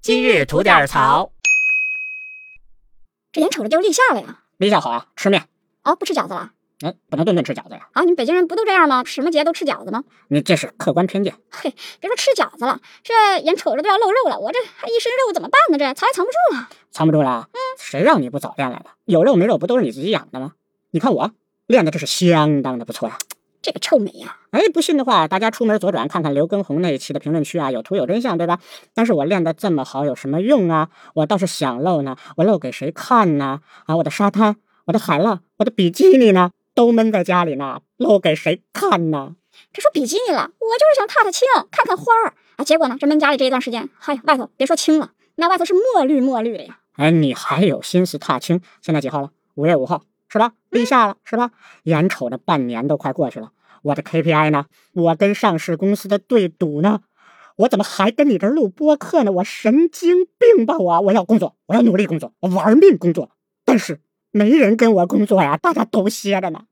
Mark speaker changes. Speaker 1: 今日吐点槽。
Speaker 2: 这眼瞅着就要立夏了呀！
Speaker 1: 立夏好啊，吃面。
Speaker 2: 哦，不吃饺子了
Speaker 1: 哎，不能顿顿吃饺子呀，
Speaker 2: 啊？你们北京人不都这样吗？什么节都吃饺子吗？
Speaker 1: 你这是客观偏见。
Speaker 2: 嘿，别说吃饺子了，这眼瞅着都要露肉了，我这还一身肉怎么办呢？这藏也藏不住啊！
Speaker 1: 藏不住啦。谁让你不早练来的？有肉没肉不都是你自己养的吗？你看我练的这是相当的不错呀、
Speaker 2: 这个臭美啊呀、
Speaker 1: 哎，不信的话，大家出门左转看看刘畊宏那一期的评论区啊，有图有真相，对吧？但是我练得这么好有什么用啊？我倒是想露呢，我露给谁看呢？啊，我的沙滩，我的海浪，我的比基尼呢，都闷在家里呢，露给谁看呢？
Speaker 2: 别说比基尼了，我就是想踏踏青，看看花儿啊。结果呢，这闷家里这一段时间，嗨、外头别说青了，那外头是墨绿墨绿的呀。
Speaker 1: 哎，你还有心思踏青？现在几号了？五月五号是吧？立夏了是吧？眼瞅着半年都快过去了，我的 KPI 呢？我跟上市公司的对赌呢？我怎么还跟你这儿录播客呢？我神经病吧我！我要工作，我要努力工作，我玩命工作，但是没人跟我工作呀，大家都歇着呢。